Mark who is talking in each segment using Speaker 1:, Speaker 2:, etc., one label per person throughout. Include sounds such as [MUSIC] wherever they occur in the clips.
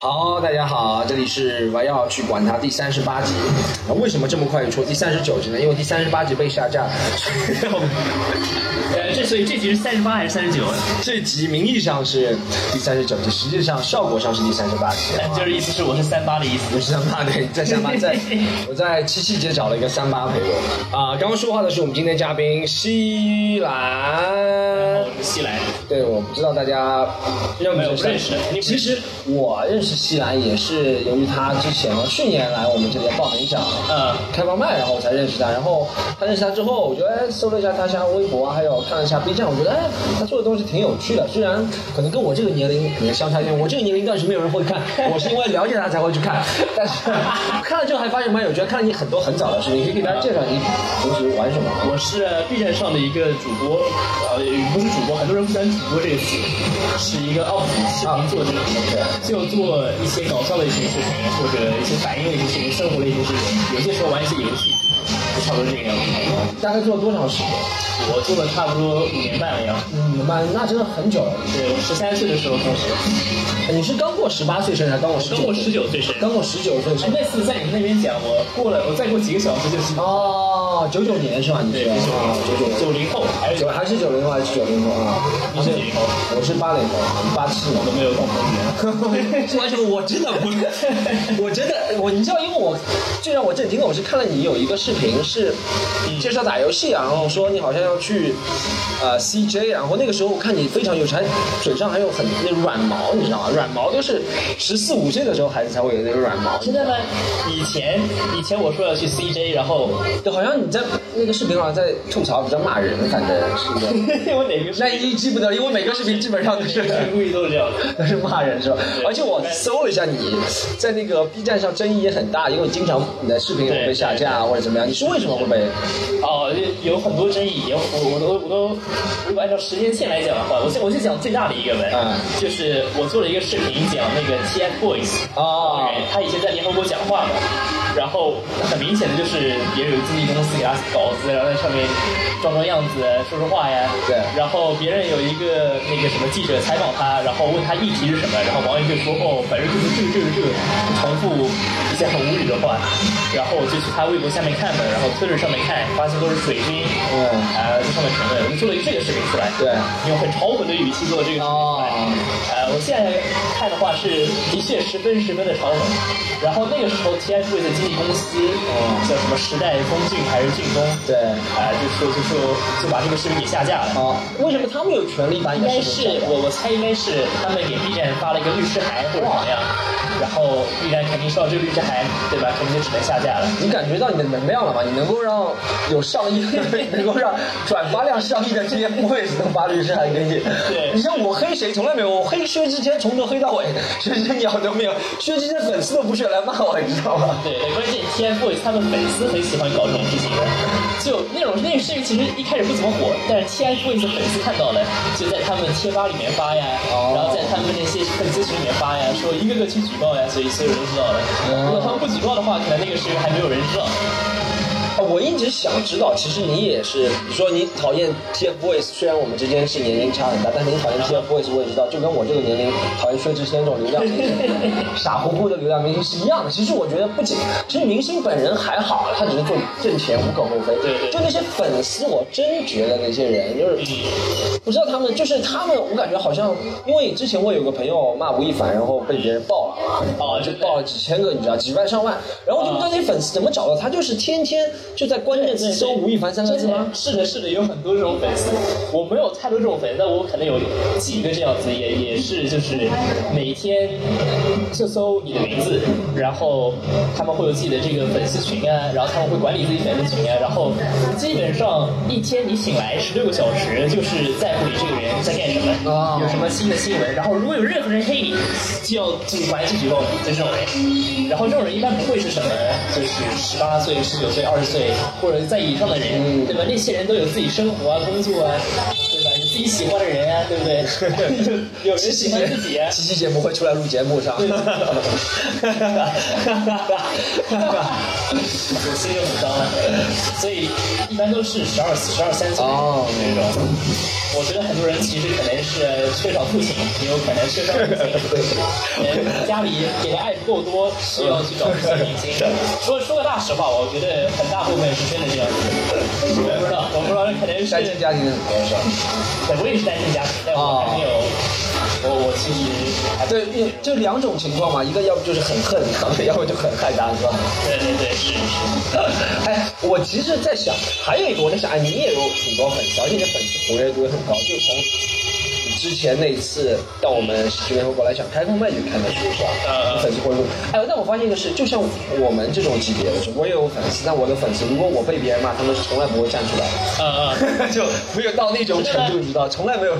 Speaker 1: 好，大家好，这里是我要去管它第三十八集。啊为什么这么快就出第三十九集呢？因为第三十八集被下架，
Speaker 2: 呃，这所以这集是三十八还是三十九？
Speaker 1: 这集名义上是第三十九集，实际上效果上是第三十八集。
Speaker 2: 呃就是意思是我是三八的意思。
Speaker 1: 我是三八对，在三八
Speaker 2: [LAUGHS]
Speaker 1: 在，我在七夕节找了一个三八陪我。啊、刚刚说话的是我们今天嘉宾西兰。
Speaker 2: 哦，西兰，
Speaker 1: 对，我不知道大家认不
Speaker 2: 没有
Speaker 1: 认
Speaker 2: 不
Speaker 1: 识。
Speaker 2: 认识你不
Speaker 1: 其实我认识西兰也是由于他之前去年来我们这边报名奖，
Speaker 2: 呃，
Speaker 1: 开放麦，然啊后我才认识他。然后他认识他之后，我觉得哎，搜了一下他像微博啊，还有看了一下 B 站，我觉得哎，他做的东西挺有趣的。虽然可能跟我这个年龄可能相差一点，我这个年龄段是没有人会看， [LAUGHS] 我是因为了解他才会去看。但是看了之后还发现蛮有趣的，看了你很多很早的事情，你可以给大家介绍你平时玩什么。
Speaker 2: 我是呃 B 站上的一个主播，呃，不是主播，很多人不喜欢“主播”这个词，是一个 UP 主视频作者，就做一些搞笑的一些视频，或者一些反应的一些视频，生活的一些视频，有些时候玩一些游戏，就差不多这个样子。
Speaker 1: 大概做了多长时间？
Speaker 2: 我做了差不多五年半了呀，
Speaker 1: 嗯，蛮那真的很久了。
Speaker 2: 对我十三岁的时候开 [LAUGHS] 始，
Speaker 1: 你是刚过十八岁生日，还是刚过十
Speaker 2: 刚
Speaker 1: 九？
Speaker 2: 过十，九岁生日。
Speaker 1: 刚过十九岁
Speaker 2: 哎
Speaker 1: 生日。
Speaker 2: 那次在你们那边讲，我过了，我再过几个小时就是
Speaker 1: 哦，九九年是吧？你是
Speaker 2: 对，九
Speaker 1: 啊九九
Speaker 2: 零
Speaker 1: 年
Speaker 2: 九零后，还是
Speaker 1: 九
Speaker 2: 九
Speaker 1: 还是九零后还是九零后啊？
Speaker 2: 你是几零后？
Speaker 1: 我是八零后，八七年
Speaker 2: 我。都没有共同语言。
Speaker 1: 是完 [LAUGHS] 全，我真的不， [LAUGHS] 我真的我，你知道，因为我最让我震惊的，我是看了你有一个视频是介绍打游戏啊，然后说你好像要去呃 CJ，然后那个时候我看你非常有才，嘴上还有很那软毛，你知道吗？软毛就是十四五岁的时候孩子才会有那个软毛，
Speaker 2: 真的吗？以前以前我说要去 CJ，然后 [LAUGHS]
Speaker 1: 对，好像你在那个视频好像在吐槽，比较骂人，反正是 [LAUGHS] 的。
Speaker 2: 我哪个
Speaker 1: 那一记不得，因为每个视频基本上都是。
Speaker 2: 故意都是这样的。
Speaker 1: 都是骂人是吧？
Speaker 2: 对
Speaker 1: 而且我搜了一下你，在那个 B 站上争议也很大，因为你经常你的视频也会被下架啊或者怎么样，你是为什么会被？
Speaker 2: 哦，有很多争议，有我我都我都，如果按照时间线来讲的话，我先我先讲最大的一个呗，
Speaker 1: 嗯
Speaker 2: 就是我做了一个视频讲那个 TFBOYS，
Speaker 1: 哦
Speaker 2: 对他以前在联合国讲话嘛，然后很明显的就是别人有经纪公司给他稿子，然后在上面装装样子，说说话呀，
Speaker 1: 对
Speaker 2: 然后别人有一个那个什么记者采访他，然后问他议题是什么，然后王源就说哦，反正就是这个这个这个，重复一些很无语的话，然后我就去他微博下面看的，然后推特上面看，发现都是水军，
Speaker 1: 嗯
Speaker 2: 啊、在上面评论，我就做了一个这个视频出来，
Speaker 1: 对
Speaker 2: 用很嘲讽的语气做了这个视频出来，
Speaker 1: 哦
Speaker 2: 呃，我现在看的话是的确十分十分的嘲讽。然后那个时候 TFBOYS 的经纪公司、
Speaker 1: 哦
Speaker 2: 叫什么时代峰峻还是俊东，
Speaker 1: 对
Speaker 2: 啊、就说就说就把这个视频给下架了。
Speaker 1: 啊，为什么他们有权利把你
Speaker 2: 应
Speaker 1: 的
Speaker 2: 该
Speaker 1: 视
Speaker 2: 是
Speaker 1: 频下架？
Speaker 2: 我我猜应该是他们给 B 站发了一个律师函或者怎么样，然后 B 站肯定收到这个律师函，对吧？肯定就只能下架了。
Speaker 1: 你感觉到你的能量了吗？你能够让有上 [LAUGHS] 亿，能够让转发量上亿的 TFBOYS 的法律师函给你。
Speaker 2: 对
Speaker 1: 你像我黑谁从来没有，我黑薛之谦从头黑到尾，薛之谦鸟都没有，薛之谦粉丝都不屑来骂我，你知道吗？
Speaker 2: 对，关键 TFBOYS 他们粉丝很喜欢搞这种事情的，就那种那个视频其实一开始不怎么火，但是 TFBOYS 的粉丝看到了，就在他们贴吧里面发呀，
Speaker 1: 哦
Speaker 2: 然后在他们那些粉丝群里面发呀，说一个个去举报呀，所以所有人都知道了。
Speaker 1: 哦
Speaker 2: 如果他们不举报的话，可能那个视频还没有人知道。
Speaker 1: 我一直想知道，其实你也是，你说你讨厌 TFBOYS，虽然我们之间是年龄差很大，但是你讨
Speaker 2: [LAUGHS]
Speaker 1: 厌 TFBOYS，我也知道，就跟我这个年龄 [LAUGHS] 讨厌薛之谦这种流量明星、傻乎乎的流量明星是一样的。其实我觉得不仅，其实明星本人还好，他只是做挣钱无可厚非。
Speaker 2: 对对
Speaker 1: 就那些粉丝，我真觉得那些人就是。不知道他们就是他们，我感觉好像，因为之前我有个朋友骂吴亦凡，然后被别人爆了，啊
Speaker 2: 哦
Speaker 1: 就爆了几千个，你知道，几万上万，然后我就不知道那些粉丝怎么找到他，就是天天就在关键词搜吴亦凡三个字吗？
Speaker 2: 是的，是的，有很多这种粉丝。我没有太多这种粉丝，但我可能有几个这样子，也也是就是每天就搜你的名字，然后他们会有自己的这个粉丝群啊，然后他们会管理自己粉丝群啊，然后基本上一天你醒来十六个小时，就是在乎你这个人在干什么，
Speaker 1: 哦
Speaker 2: 有什么新的新闻，然后如果有任何人黑你，就要就是管去举报你，就这种人。然后这种人一般不会是什么，就是十八岁、十九岁、二十岁或者在以上的人，对吧？那些人都有自己生活啊、工作啊，对吧？有自自己喜欢的人啊，对不对？ [LAUGHS] 有有人喜欢自己啊。
Speaker 1: [LAUGHS] 七期节目会出来录节目上，
Speaker 2: 我心又很脏了，所以一般都是十二、十二三岁
Speaker 1: 哦
Speaker 2: 这种。我觉得很多人其实可能是缺少父亲，也有可能缺少母亲，嗯家里给的爱不够多，需要去找父亲明星。说说个大实话，我觉得很大部分是真的这样子。我不知道，我不知道，可能
Speaker 1: [LAUGHS]
Speaker 2: 是
Speaker 1: 单亲家庭的很多事儿。
Speaker 2: 对我也是单亲家庭，但我还没有，我我其实还
Speaker 1: 对，
Speaker 2: 没有
Speaker 1: 你就两种情况嘛，一个要不就是很恨他们，要不就很爱他，是吧？
Speaker 2: 对对对，是是。
Speaker 1: [LAUGHS] 哎，我其实在想，还有一个我在想，哎，你也有挺多粉丝，而且你的粉丝活跃度也很高，就从你之前那一次到我们十九年后过来想开放麦去看的时候，
Speaker 2: 嗯嗯
Speaker 1: 啊你粉丝活跃度。哎，但我发现一个事，就像我们这种级别的，我也有粉丝，但我的粉丝如果我被别人骂，他们是从来不会站出来的。
Speaker 2: 呃， [LAUGHS] 嗯
Speaker 1: [LAUGHS] 就没有到那种程度，你知道，从来没有。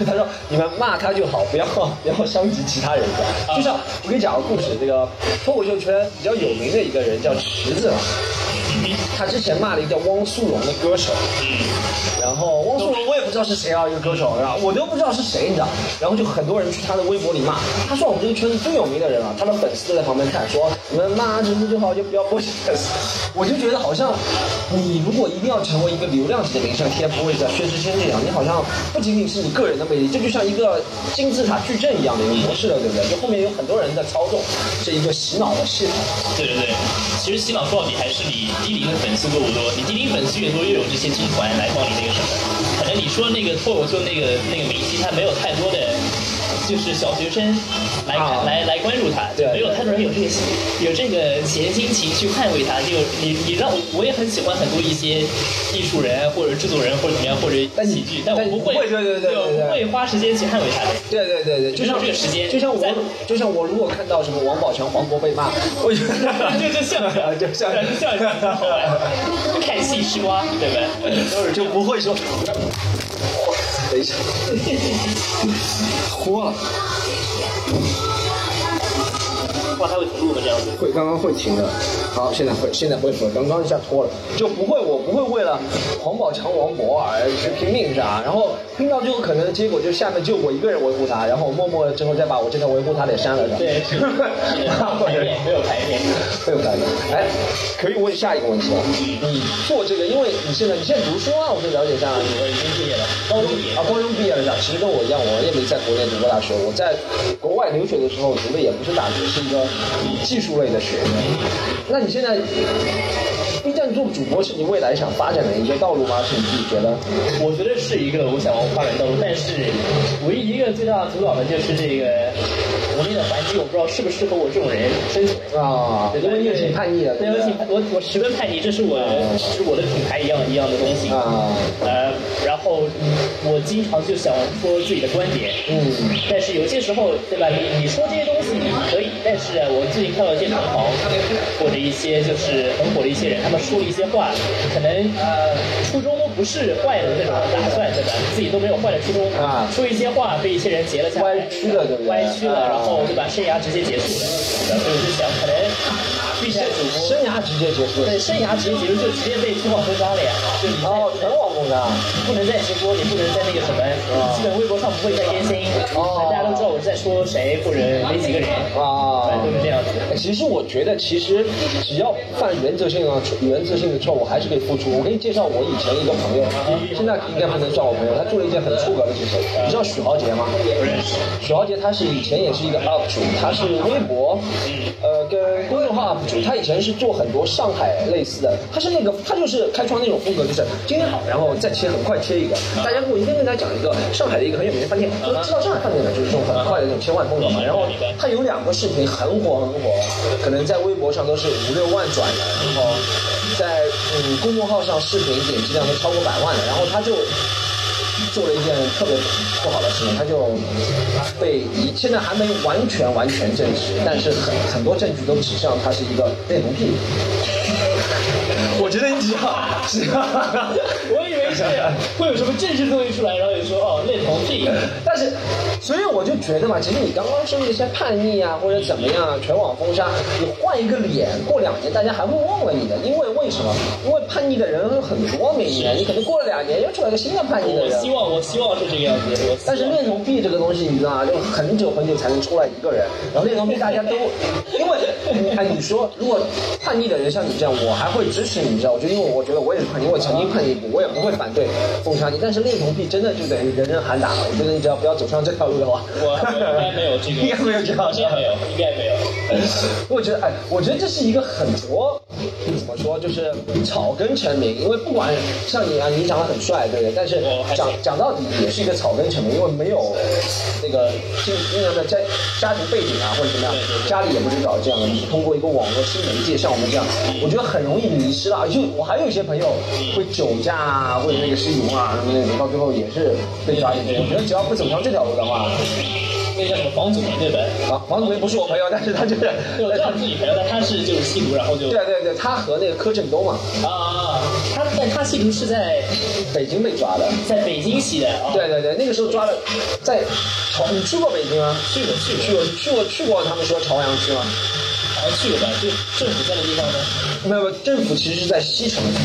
Speaker 1: [LAUGHS] 他说你们骂他就好，不要不要伤及其他人。就像我给你讲个故事，这个脱口秀圈比较有名的一个人叫池子嘛，他之前骂了一个叫汪苏泷的歌手，然后汪苏泷我也不知道是谁啊，一个歌手，然后我都不知道是谁，你知道，然后就很多人去他的微博里骂，他说我们这个圈子最有名的人了，啊他的粉丝都在旁边看，说你们骂直子就好，就不要波及粉丝。我就觉得好像你如果一定要成为一个流量级的明星，天不会像薛之谦这样，你好像不仅仅是你个人的魅力，这就像一个金字塔矩阵一样的一个模式了，对不对？就后面有很多人在操纵这一个洗脑的系统。
Speaker 2: 对对对，其实洗脑说到底还是你低龄的粉丝多不多，你低龄粉丝越多，越有这些军团来帮你那个什么。可能你说那个脱口秀那个那个明星，他没有太多的，就是小学生来看、
Speaker 1: 啊
Speaker 2: 来来关注他，就
Speaker 1: 对
Speaker 2: 没有太多人有这个有这个闲心情去捍卫他。就你你让我我也很喜欢很多一些艺术人啊或者制作人或者怎么样或者
Speaker 1: 但你
Speaker 2: 喜剧，但我
Speaker 1: 但你
Speaker 2: 不会
Speaker 1: 不会对对对对
Speaker 2: 我不
Speaker 1: 对
Speaker 2: 会花时间去捍卫他的。
Speaker 1: [LAUGHS] 对对对对，
Speaker 2: 就
Speaker 1: 就是像
Speaker 2: 这个时间
Speaker 1: 就像我
Speaker 2: 在
Speaker 1: 就像我如果看到什么王宝强、黄渤被骂，我就 [LAUGHS]
Speaker 2: 就就像呃
Speaker 1: 就像
Speaker 2: 就像好玩，看戏吃瓜，对不对？都是
Speaker 1: [LAUGHS] 就不会说。等一下，脱了，
Speaker 2: 哇，他会投入的这样子。
Speaker 1: 会刚刚会停的，好，现在会现在恢复了，刚刚一下脱了，就不会我不会为了黄宝强、王勃而去拼命啥，然后拼到最后可能结果就下面就我一个人维护他，然后默默的之后再把我这条维护他的删了，是吧
Speaker 2: 对，是是的，
Speaker 1: 或
Speaker 2: 排
Speaker 1: 者
Speaker 2: 面没有排面。
Speaker 1: 会有感觉。哎，可以问下一个问题了。你做这个，因为你现在你现在读书啊，我可以了解一下你
Speaker 2: 我已经毕业了，高中毕业
Speaker 1: 啊，。高中毕业了是吧？其实跟我一样，我也没在国内读过大学。我在国外留学的时候读的也不是大学，是一个技术类的学院。那你现在，B 站做主播是你未来想发展的一个道路吗？是你自己觉得？
Speaker 2: 我觉得是一个我想往发展道路，但是唯一一个最大的阻挡呢，就是这个国内的环境，我不知道适不适合我这种人生存。
Speaker 1: 啊，
Speaker 2: 对吧
Speaker 1: 因为你也挺叛逆的，
Speaker 2: 对，我
Speaker 1: 不
Speaker 2: 挺叛我我十分叛逆，这是我这是我的品牌一样一样的东西。
Speaker 1: 啊，
Speaker 2: 呃，然后我经常就想说自己的观点，
Speaker 1: 嗯，
Speaker 2: 但是有些时候，对吧？你你说这些东西可以，但是啊我最近看到一些同行或者一些就是很火的一些人，他们说了一些话，可能呃初衷都不是坏的那种打算，对吧？自己都没有坏的初衷
Speaker 1: 啊
Speaker 2: 说一些话被一些人截了下来，
Speaker 1: 歪曲了对不对
Speaker 2: 歪曲了，
Speaker 1: 啊
Speaker 2: 然后对吧？生涯直接结束了，然后我就想，可能毕竟主播
Speaker 1: 生涯直接结束了。
Speaker 2: 对生涯直接结束，就直接被推广封杀了呀，就你在
Speaker 1: 哦，全网封杀。
Speaker 2: 不能再直播，也不能在那个什么，基本微博上不会再更新，
Speaker 1: 哦
Speaker 2: 大家都知道我在说谁或者哪几个人，
Speaker 1: 啊
Speaker 2: 反正都是这样子。
Speaker 1: 其实我觉得，其实只要犯原则性的原则性的错误，还是可以付出。我给你介绍我以前一个朋友，现在应该不能算我朋友，他做了一件很出格的事情。你知道许豪杰吗？
Speaker 2: 不认识，
Speaker 1: 许豪杰他是以前也是一个 UP 主，他是微博，呃，跟公众号 UP 主，他以前是做很多上海类似的，他是那个他就是开创那种风格，就是今天好，然后再切很快切一个，大家我一定跟大家讲一个上海的一个很有名的饭店，都知道上海饭店的就是这种很快的那种切换风格嘛，然后他有两个视频很火很火，可能在微博上都是五六万转的，然后在嗯公众号上视频点击量都超过百万的，然后他就。做了一件特别不好的事情，他就被以现在还没完全完全证实，但是很很多证据都指向他是一个恋童癖。我觉得你只要只要，
Speaker 2: 我以为对对，会有什么正式东西出来，然后有说哦，类同这个，
Speaker 1: 但是，所以我就觉得嘛，其实你刚刚说的一些叛逆啊，或者怎么样啊，全网封杀，你换一个脸，过两年大家还会问问你的，因为为什么？因为叛逆的人很多，每年你可能过了两年又出来一个新的叛逆的
Speaker 2: 我
Speaker 1: 人。
Speaker 2: 希望我希望是这个样子。我希望
Speaker 1: 但是恋童癖这个东西，你知道吗？就很久很久才能出来一个人。然后恋童癖大家都，因为哎，你说如果叛逆的人像你这样，我还会支持你，你知道？我就因为我觉得我也是叛逆，我曾经叛逆过，我也不会反对封杀你。但是恋童癖真的就等于人人喊打，我觉得你只要不要走上这条路的话，
Speaker 2: 我我应该没有这
Speaker 1: [LAUGHS]
Speaker 2: 个，
Speaker 1: 应该没有这样
Speaker 2: 应该没有，应该没有。
Speaker 1: [LAUGHS] 我觉得，哎，我觉得这是一个很多怎么说，就是草根成名。因为不管像你啊，你长得很帅，对不对？但是
Speaker 2: 我还
Speaker 1: 讲讲到底也是一个草根成名，因为没有那个经经常的家家庭背景啊，或者怎么样
Speaker 2: 对对，对嗯
Speaker 1: 家里也不是搞这样的，通过一个网络新媒介像我们这样，我觉得很容易迷失了。而且我还有一些朋友
Speaker 2: 嗯
Speaker 1: 会酒驾啊，或者那个吸毒啊什么那种，到最后也是被抓进去。我觉得只要不走上这条路的话，
Speaker 2: 那叫什么房祖名对吧？
Speaker 1: 王王祖明不是我朋友，但是他就是
Speaker 2: 对，我知道自己朋友，但他是就是吸毒，然后就
Speaker 1: 对对对，他和那个柯震东嘛，
Speaker 2: 啊啊，他但他吸毒是在
Speaker 1: 北京被抓的。
Speaker 2: 在北京吸的啊，
Speaker 1: 对对对，那个时候抓的，在朝，你去过北京吗？
Speaker 2: 去过去
Speaker 1: 去
Speaker 2: 过，
Speaker 1: 过去过去过，他们说朝阳区吗？
Speaker 2: 好像去过吧？就政府在的地方呢？
Speaker 1: 没有，没有政府其实是在西城区，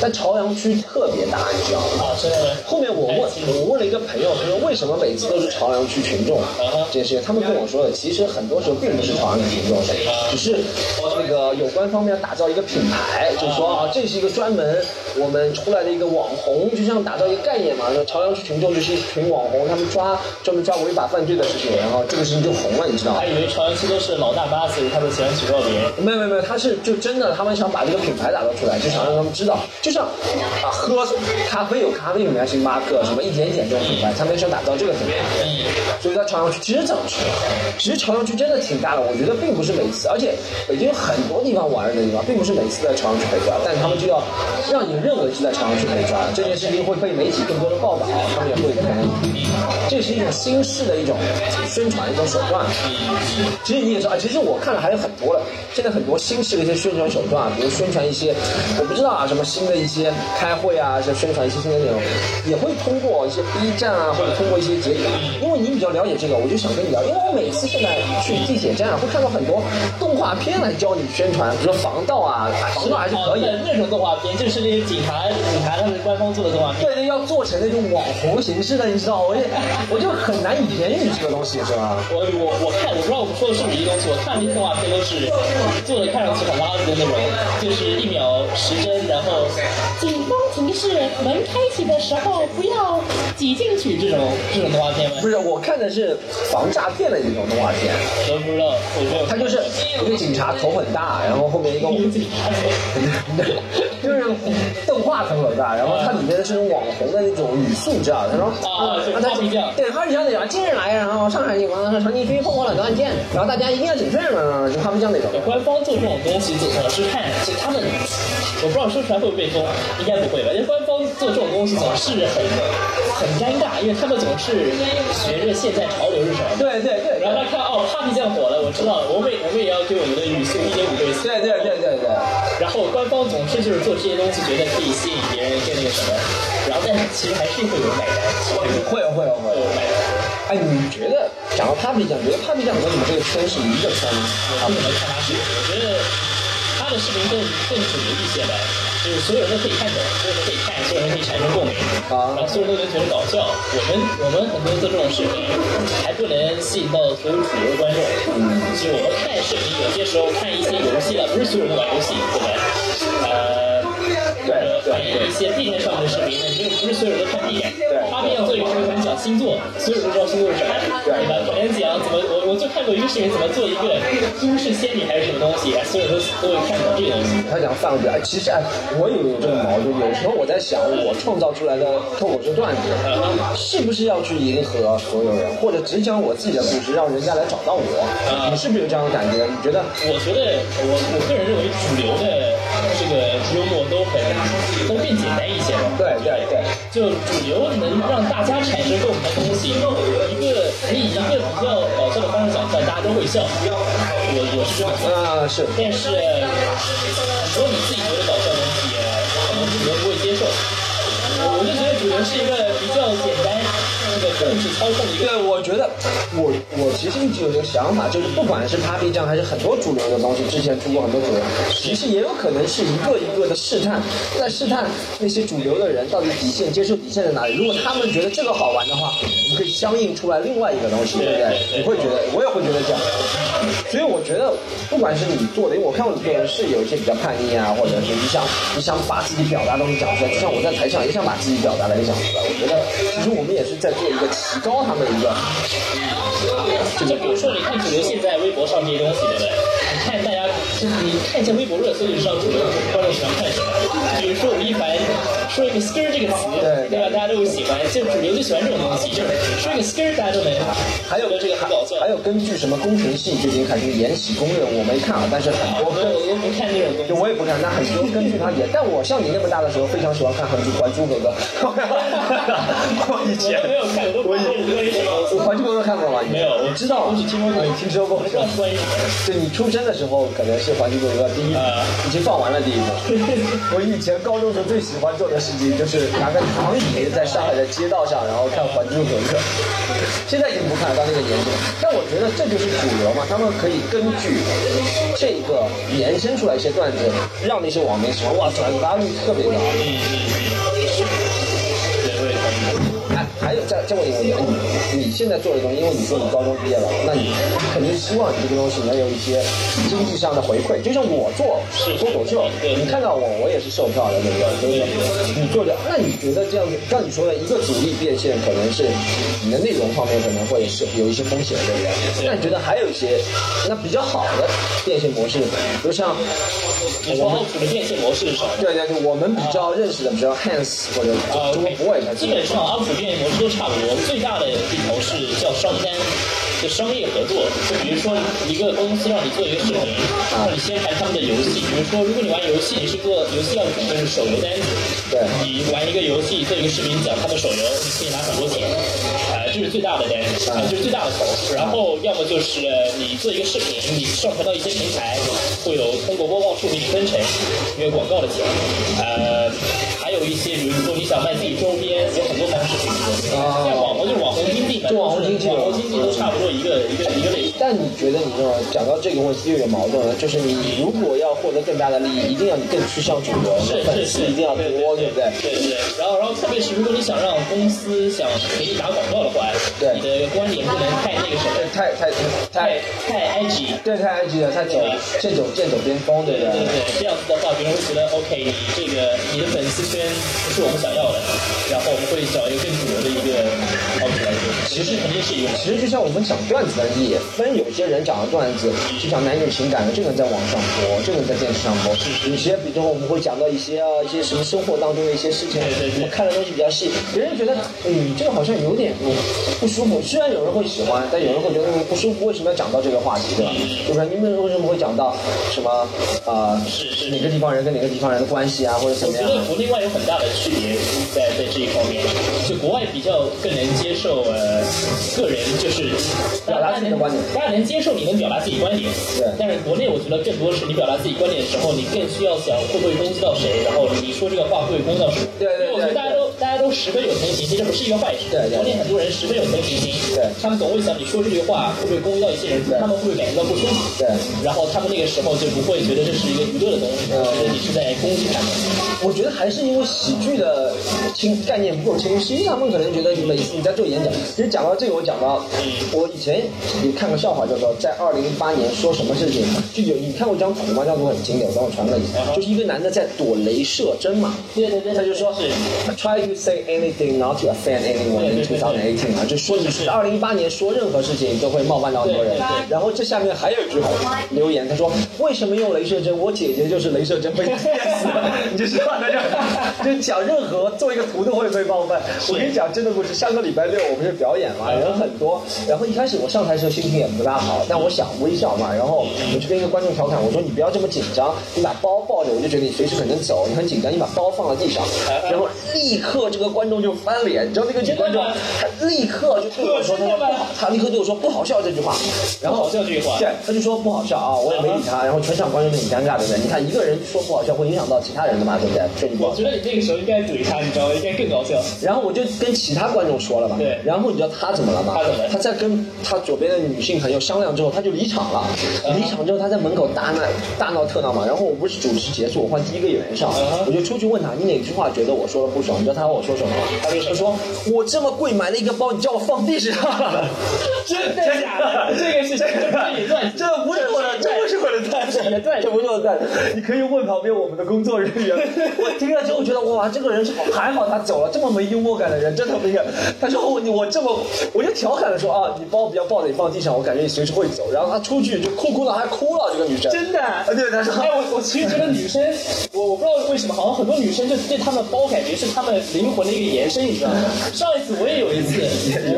Speaker 1: 但朝阳区特别大，你知道吗？
Speaker 2: 啊，知道了。
Speaker 1: 后面我问
Speaker 2: 哎其实
Speaker 1: 我问了一个朋友，他说为什么每次都是朝阳区群众啊
Speaker 2: 哈？
Speaker 1: 这些他们跟我说的，其实很多时候并不是朝阳区群众，只是那个有关方面要打造一个品牌，就说啊，这是一个专门我们出来的一个网红，就像打造一个概念嘛。说朝阳区群众就是一群网红，他们抓专门抓违法犯罪的事情，然后这个事情就红了，你知道吗
Speaker 2: 还？以为朝阳区都是老大妈，所以他们喜欢举报别人。
Speaker 1: 没有没有没有，他是就真的，他们想把这个品牌打造出来，就想让他们知道，就像啊喝咖啡有咖啡品牌星巴克，什么一点一点这种品牌，他们想打造这个品牌，所以在朝阳区其实怎么说，其实朝阳区真的挺大的，我觉得并不是每次，而且北京有很多地方玩的地方，并不是每次在朝阳区可以抓，但他们就要让你认为是在朝阳区可以抓，这件事情会被媒体更多的报道，他们也会可能，这是一种新式的一种宣传一种手段。其实你也知道，其实我看了还有很多了，现在很多新式的一些宣传手段啊，比如宣传一些我不知道啊什么新的一些开会啊，是宣传一些新的内容，也会通过一些 B 站啊，或者通过一些节点，因为你比较了解这个，我就想跟你聊，因为我每次现在去地铁站啊会看到很多动画片来教你宣传，比如说防盗啊，防盗还是可以。
Speaker 2: 哦那那种动画片就是那些警察警察他们官方做的动画片。
Speaker 1: 对对，要做成那种网红形式的，你知道，我也我就很难以言喻这个东西，是吧？
Speaker 2: 我我我看，我不知道我们说的是不是一个东西。我看那些动画片都是做的看上去很垃圾的那种，就是一秒十帧，然后
Speaker 3: 警方提示：门开启的时候不要挤进去。
Speaker 2: 这种这种动画片吗
Speaker 1: 不？是，我看的是防诈骗的那种动画片，
Speaker 2: 我都不知道，我没有看。
Speaker 1: 他就是一个警察头很大，然后后面一个
Speaker 2: 警察
Speaker 1: 就是动画头很大，然后它里面是种网红的那种语速，知道吧？他说
Speaker 2: 啊对
Speaker 1: 他
Speaker 2: 花瓶酱
Speaker 1: 对，他是讲那种近日来，然后上海警方长期追破获了很多案件，然后大家一定要谨慎嘛，就他们讲那种。
Speaker 2: 官方做这种东西，总是看就他们，我不知道说出来会不会被封，应该不会吧？因为官方做这种东西总是很很尴尬，因为他们总是学着现在潮流是什么。
Speaker 1: 对对对
Speaker 2: 然后他看哦，Papi 酱火了，我知道了，我们也我们也要对我们的语速一点五倍速。
Speaker 1: 对对对对对。
Speaker 2: 然后官方总是就是做这些东西，觉得可以吸引别人跟那个什么，然后但是其实还是会有买单，会有
Speaker 1: 会有会有会有，
Speaker 2: 买单。
Speaker 1: 哎，你觉得讲到 Papi 酱，觉得 Papi 酱和你们这个圈是一个圈吗？
Speaker 2: 我不怎么看他视频，我觉得他的视频更更主流一些吧，就是所有人都可以看懂，所有人都可以看，所有人可以产生共鸣，
Speaker 1: 啊
Speaker 2: 然后所有人都能觉得搞笑。我们我们很多做这种视频，还不能吸引到所有主流观众。就我们看视频，有些时候看一些游戏了，不是所有人都玩游戏，对吧？呃。
Speaker 1: 对对
Speaker 2: 看一些 B 站上面的视频，因为不是所有人都看 B 站，他 B 站做一个视频讲星座，所有人都知道星座是什么，
Speaker 1: 对
Speaker 2: 吧？可能讲怎么，我我就看过一个视频，怎么做一个都市仙女还是什么东西，所有人都都有看懂这个东西。
Speaker 1: 他讲放着，哎，其实哎，我也有这个矛盾。有时候我在想，我创造出来的脱口秀段子，是不是要去迎合所有人，或者只讲我自己的故事，让人家来找到我？你是不是有这样的感觉？你觉得？
Speaker 2: 我觉得我我个人认为主流的这个幽默都很都更简单一些吧。
Speaker 1: 对对对，
Speaker 2: 就主流能让大家产生共鸣的东西，一个可以以一个比较搞笑的方式讲出来，大家都会笑。我我是这么觉得。
Speaker 1: 啊，是。
Speaker 2: 但是很多你自己觉得搞笑的东西，可能主流不会接受。我就觉得只能是一个比较简单这个控制操控的一个。
Speaker 1: 对，我觉得我我其实一直有一个想法，就是不管是 Papi 酱还是很多主流的东西，之前出过很多主流，其实也有可能是一个一个的试探，在试探那些主流的人到底底线接受底线在哪里。如果他们觉得这个好玩的话，我们可以相应出来另外一个东西，对不对？你会觉得，我也会觉得这样。所以我觉得，不管是你做的，因为我看过你做人是有一些比较叛逆啊，或者是你想你想把自己表达的东西讲出来，就像我在台上也想把自己表达的给讲出来。我觉得其实我们也是在做一个提高他们一个
Speaker 2: 就比如说，你看主流现在微博上这些东西，对不对？你看大家，就是你看一下微博热搜，就知道主流观众喜欢看什么。比如说吴亦凡说一个 “skr” 这个词，
Speaker 1: 对
Speaker 2: 对吧？大家都会喜欢，就主流就喜欢这种东西，就是说一个 “skr”，大家都能。
Speaker 1: 还有
Speaker 2: 这个很搞笑，
Speaker 1: 还有根据什么工程系最近看什么《延禧攻略》，我没看啊，但是很多
Speaker 2: 我
Speaker 1: 根
Speaker 2: 都我都不看那种东
Speaker 1: 就
Speaker 2: 西。
Speaker 1: 我也不看，那很多根据他演。但我像你那么大的时候，非常喜欢看《还珠还珠 [LAUGHS] 格格》。我以前
Speaker 2: 我没有看，我都不知道这个东西
Speaker 1: 《还珠格格》看过吗？你
Speaker 2: 没有我
Speaker 1: 知道，
Speaker 2: 我只听说过
Speaker 1: 你听说过
Speaker 2: 我不。知道关于什么。
Speaker 1: 就你出生的时候，可能是《还珠格格》第一部
Speaker 2: 啊，
Speaker 1: 已经放完了第
Speaker 2: [LAUGHS]
Speaker 1: 一部。我以前高中时候最喜欢做的事情就是拿个躺椅在上海的街道上，然后看《还珠格格》。现在已经不看了，到那个年纪了。但我觉得这就是主流嘛，他们可以根据这个延伸出来一些段子，让那些网民喜欢。哇，转发率特别高。
Speaker 2: 嗯嗯嗯，对，我也同意。
Speaker 1: 哎，还有再再问一个问题，你你现在做的东西，因为你说你高中毕业了，那你肯定希望你这个东西能有一些经济上的回馈。就像我做脱口秀，你看到我，我也是售票的，对不
Speaker 2: 嗯
Speaker 1: 对？所以说你做的，那你觉得这样子，像你说的一个阻力变现，可能是你的内容方面可能会是有一些风险，对不对？那你觉得还有一些那比较好的变现模式，比如像
Speaker 2: 你说奥普的变现模式是什么？
Speaker 1: 对对对，我们比较认识的，比较 Hans 或者
Speaker 2: 啊
Speaker 1: 中国
Speaker 2: OK
Speaker 1: 博伟才
Speaker 2: 基
Speaker 1: 知道
Speaker 2: 本上阿普电影模式都差不多。最大的一条是叫商单，就商业合作。就比如说一个公司让你做一个视频，让你先看他们的游戏。比如说，如果你玩游戏，你是做游戏要主，就是手游单子。
Speaker 1: 对
Speaker 2: 你玩一个游戏，做一个视频讲他们手游，你可以拿很多钱。啊、这是最大的单子，啊、这是最大的头。然后要么就是你做一个视频，你上传到一些平台，会有通过播放数给你分成，因为广告的钱。呃，还有一些，比如说你想卖自己周边，有很多方式可以做。
Speaker 1: 啊
Speaker 2: 像网红就是网红经济嘛，
Speaker 1: 就网红经济
Speaker 2: 网红经济都差不多一个一个一个类型。
Speaker 1: 但你觉得你认为讲到这个问题又有矛盾了，就是你如果要获得更大的利益，一定要你更趋向主流，
Speaker 2: 是
Speaker 1: 粉
Speaker 2: 是
Speaker 1: 丝
Speaker 2: 是，
Speaker 1: 一定要多，对不对？
Speaker 2: 对对对。然后然后特别是如果你想让公司想给你打广告的话，
Speaker 1: 对
Speaker 2: 你的观点不能太那个什么，
Speaker 1: 太太
Speaker 2: 太
Speaker 1: 太，
Speaker 2: 太 edgy。
Speaker 1: 对太 IG 了，太走剑走剑走边锋，对
Speaker 2: 对
Speaker 1: 不
Speaker 2: 对对
Speaker 1: 对？
Speaker 2: 对，这样子的话，别人会觉得 OK，你这个你的粉丝圈不是我们想要的，然后我们会找一个更主流的一个 OK 来做。其实肯定是有。
Speaker 1: 其实就像我们讲段子也分，有些人讲的段子就讲男女情感的，这个在网上播，这个在电视上播。有些比如说我们会讲到一些啊一些什么生活当中的一些事情，
Speaker 2: 对对对
Speaker 1: 我们看的东西比较细，别人觉得嗯这个好像有点嗯不舒服。虽然有人会喜欢，但有人会觉得嗯不舒服，为什么要讲到这个话题，对吧？
Speaker 2: 嗯
Speaker 1: 就是你们为什么会讲到什么啊、呃
Speaker 2: 是是
Speaker 1: 哪个地方人跟哪个地方人的关系啊，或者怎
Speaker 2: 我
Speaker 1: 么
Speaker 2: 觉
Speaker 1: 样？
Speaker 2: 得国内外有很大的区别在在这一方面，就国外比较更能接受呃个人就是
Speaker 1: 表达自己的观点
Speaker 2: 大家能接受你能表达自己观点，
Speaker 1: 对
Speaker 2: 但是国内我觉得更多是你表达自己观点的时候，你更需要想会不会攻击到谁，然后你说这个话会不会攻击到谁。
Speaker 1: 对对对
Speaker 2: 因为我觉得大家都大家都十分有同情心，这不是一个坏事。
Speaker 1: 对对
Speaker 2: 国内很多人十分有同情心，
Speaker 1: 对
Speaker 2: 他们总会想你说这句话会不会攻击到一些人
Speaker 1: 对，
Speaker 2: 他们会不会感觉到不舒服。
Speaker 1: 对
Speaker 2: 然后他们那个时候就不会觉得这是一个娱乐的东西，
Speaker 1: 嗯
Speaker 2: 觉得你是在攻击他们。
Speaker 1: 我觉得还是因为喜剧的清概念不够清晰，他们可能觉得每次你在做演讲，其实讲到这个，我讲到我以前有看个笑话，叫做在二零一八年说什么事情，就有你看过一张图吗？张图很经典，我等会传给你，就是一个男的在躲镭射针嘛，
Speaker 2: 对对对，
Speaker 1: 他就说
Speaker 2: 是
Speaker 1: try to say anything not to offend anyone in 2018啊，就说你是二零一八年说任何事情都会冒犯到很多人
Speaker 2: 对对。
Speaker 1: 然后这下面还有一句留言，他说为什么用镭射针？我姐姐就是镭射针被电死的，你就知道他就就讲任何做一个图都会被冒犯。我跟你讲真的故事，上个礼拜六我不是表演嘛，人很多，然后一开始我上台的时候心情也不大好，但我想微笑嘛，然后我就跟一个观众调侃我说你不要这么紧张，你把包抱着，我就觉得你随时可能走，你很紧张，你把包放在地上，然后立刻。刻这个观众就翻脸，你知道那个女观众
Speaker 2: 哎真的吗，
Speaker 1: 她立刻就对我说，她
Speaker 2: 真的吗
Speaker 1: 说她立刻对我说不好笑这句话，然后
Speaker 2: 不好笑这句话
Speaker 1: 对，她就说不好笑啊，我也没理她，然后全场观众就很尴尬，对不对？你看一个人说不好笑会影响到其他人的嘛，对不对？就你不好
Speaker 2: 我
Speaker 1: 笑
Speaker 2: 觉得你那个时候应该怼他，你知道吗？应该更搞笑。
Speaker 1: 然后我就跟其他观众说了嘛，
Speaker 2: 对
Speaker 1: 然后你知道他怎么了吗？
Speaker 2: 他怎么了
Speaker 1: 他在跟他左边的女性朋友商量之后，他就离场了。
Speaker 2: 哼
Speaker 1: 离场之后，他在门口大闹大闹特闹嘛。然后我不是主持结束，我换第一个演员上
Speaker 2: 嗯哼
Speaker 1: 我就出去问他，你哪句话觉得我说的不爽？你知道他和我说什么吗？他就说我这么贵买了一个包，你叫我放地上，
Speaker 2: 真的假的？这个是真的可以乱
Speaker 1: [LAUGHS] 这不是我的，这不是我的段子，
Speaker 2: 你的段子
Speaker 1: 这不是我的段子。你可以问旁边我们的工作人员。我听了之后觉得，哇，这个人是好，还好他走了，这么没幽默感的人，真的没感。他说哦我你我这么，我就调侃的说啊，你包不要抱着你放地上，我感觉你随时会走。然后他出去就哭哭的还哭了，这个女生。
Speaker 2: 真的。
Speaker 1: 啊，对，他说。
Speaker 2: 哎，我我其实觉得女生，我我不知道为什么，好像很多女生就对她们包感觉是她们灵魂的一个延伸，你知道吗？上一次我也有一次，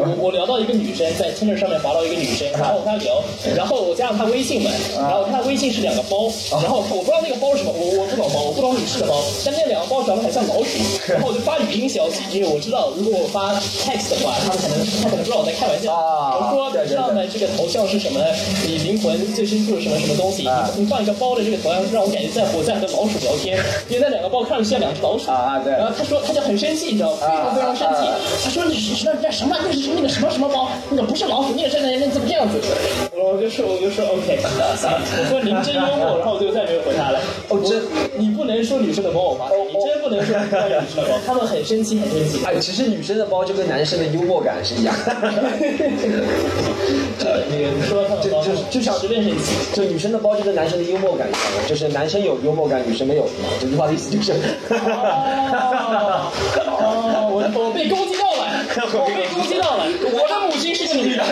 Speaker 2: 我我我聊到一个女生在 Tinder 上面划到一个女生，然后我跟她聊，然后我加上她微信嘛，然后我看她微信是两个包，然后我看我不知道那个包是什么，我我不懂包，我不懂女士的包，但那两个包长得很像老鼠，然后我就发语音消息，因为我知道如果我发 text 的话，她们可能她可能不知道我在开玩笑，
Speaker 1: 啊
Speaker 2: 我说
Speaker 1: 对
Speaker 2: 你
Speaker 1: 对
Speaker 2: 知道吗
Speaker 1: 对？
Speaker 2: 这个头像是什么？你灵魂最深处是什么什么东西？
Speaker 1: 啊
Speaker 2: 你你放一个包的这个头像，让我感觉在我在和老鼠聊天，因为那两个包看上去像两只老鼠。
Speaker 1: 啊对
Speaker 2: 然后他说他就很生气，你知道吗？非常非常生气
Speaker 1: 啊啊。
Speaker 2: 他说你是那那什么那是那个什么什么包？那个不是老鼠，那个是那那怎么这样子？我就说我就说 OK，算了我说您真幽默，然后我就再没有回他了。
Speaker 1: 哦真
Speaker 2: 我你不能说女生的包我发，
Speaker 1: 哦
Speaker 2: 你真不能说女生的包，他们很生气，很生
Speaker 1: [LAUGHS]
Speaker 2: 气。
Speaker 1: 哎，其实女生的包就跟男生的幽默感是一样 [LAUGHS] 的，
Speaker 2: 这那个你说他们包
Speaker 1: 就就就像
Speaker 2: 十遍生气。
Speaker 1: 就女生的包就跟男生的幽默感一样的，就是男生有幽默感，女生没有。这句话的意思就是，
Speaker 2: 哦，
Speaker 1: [LAUGHS]
Speaker 2: 哦，我我被攻击到了，我被攻击到了。我的母亲是个女人，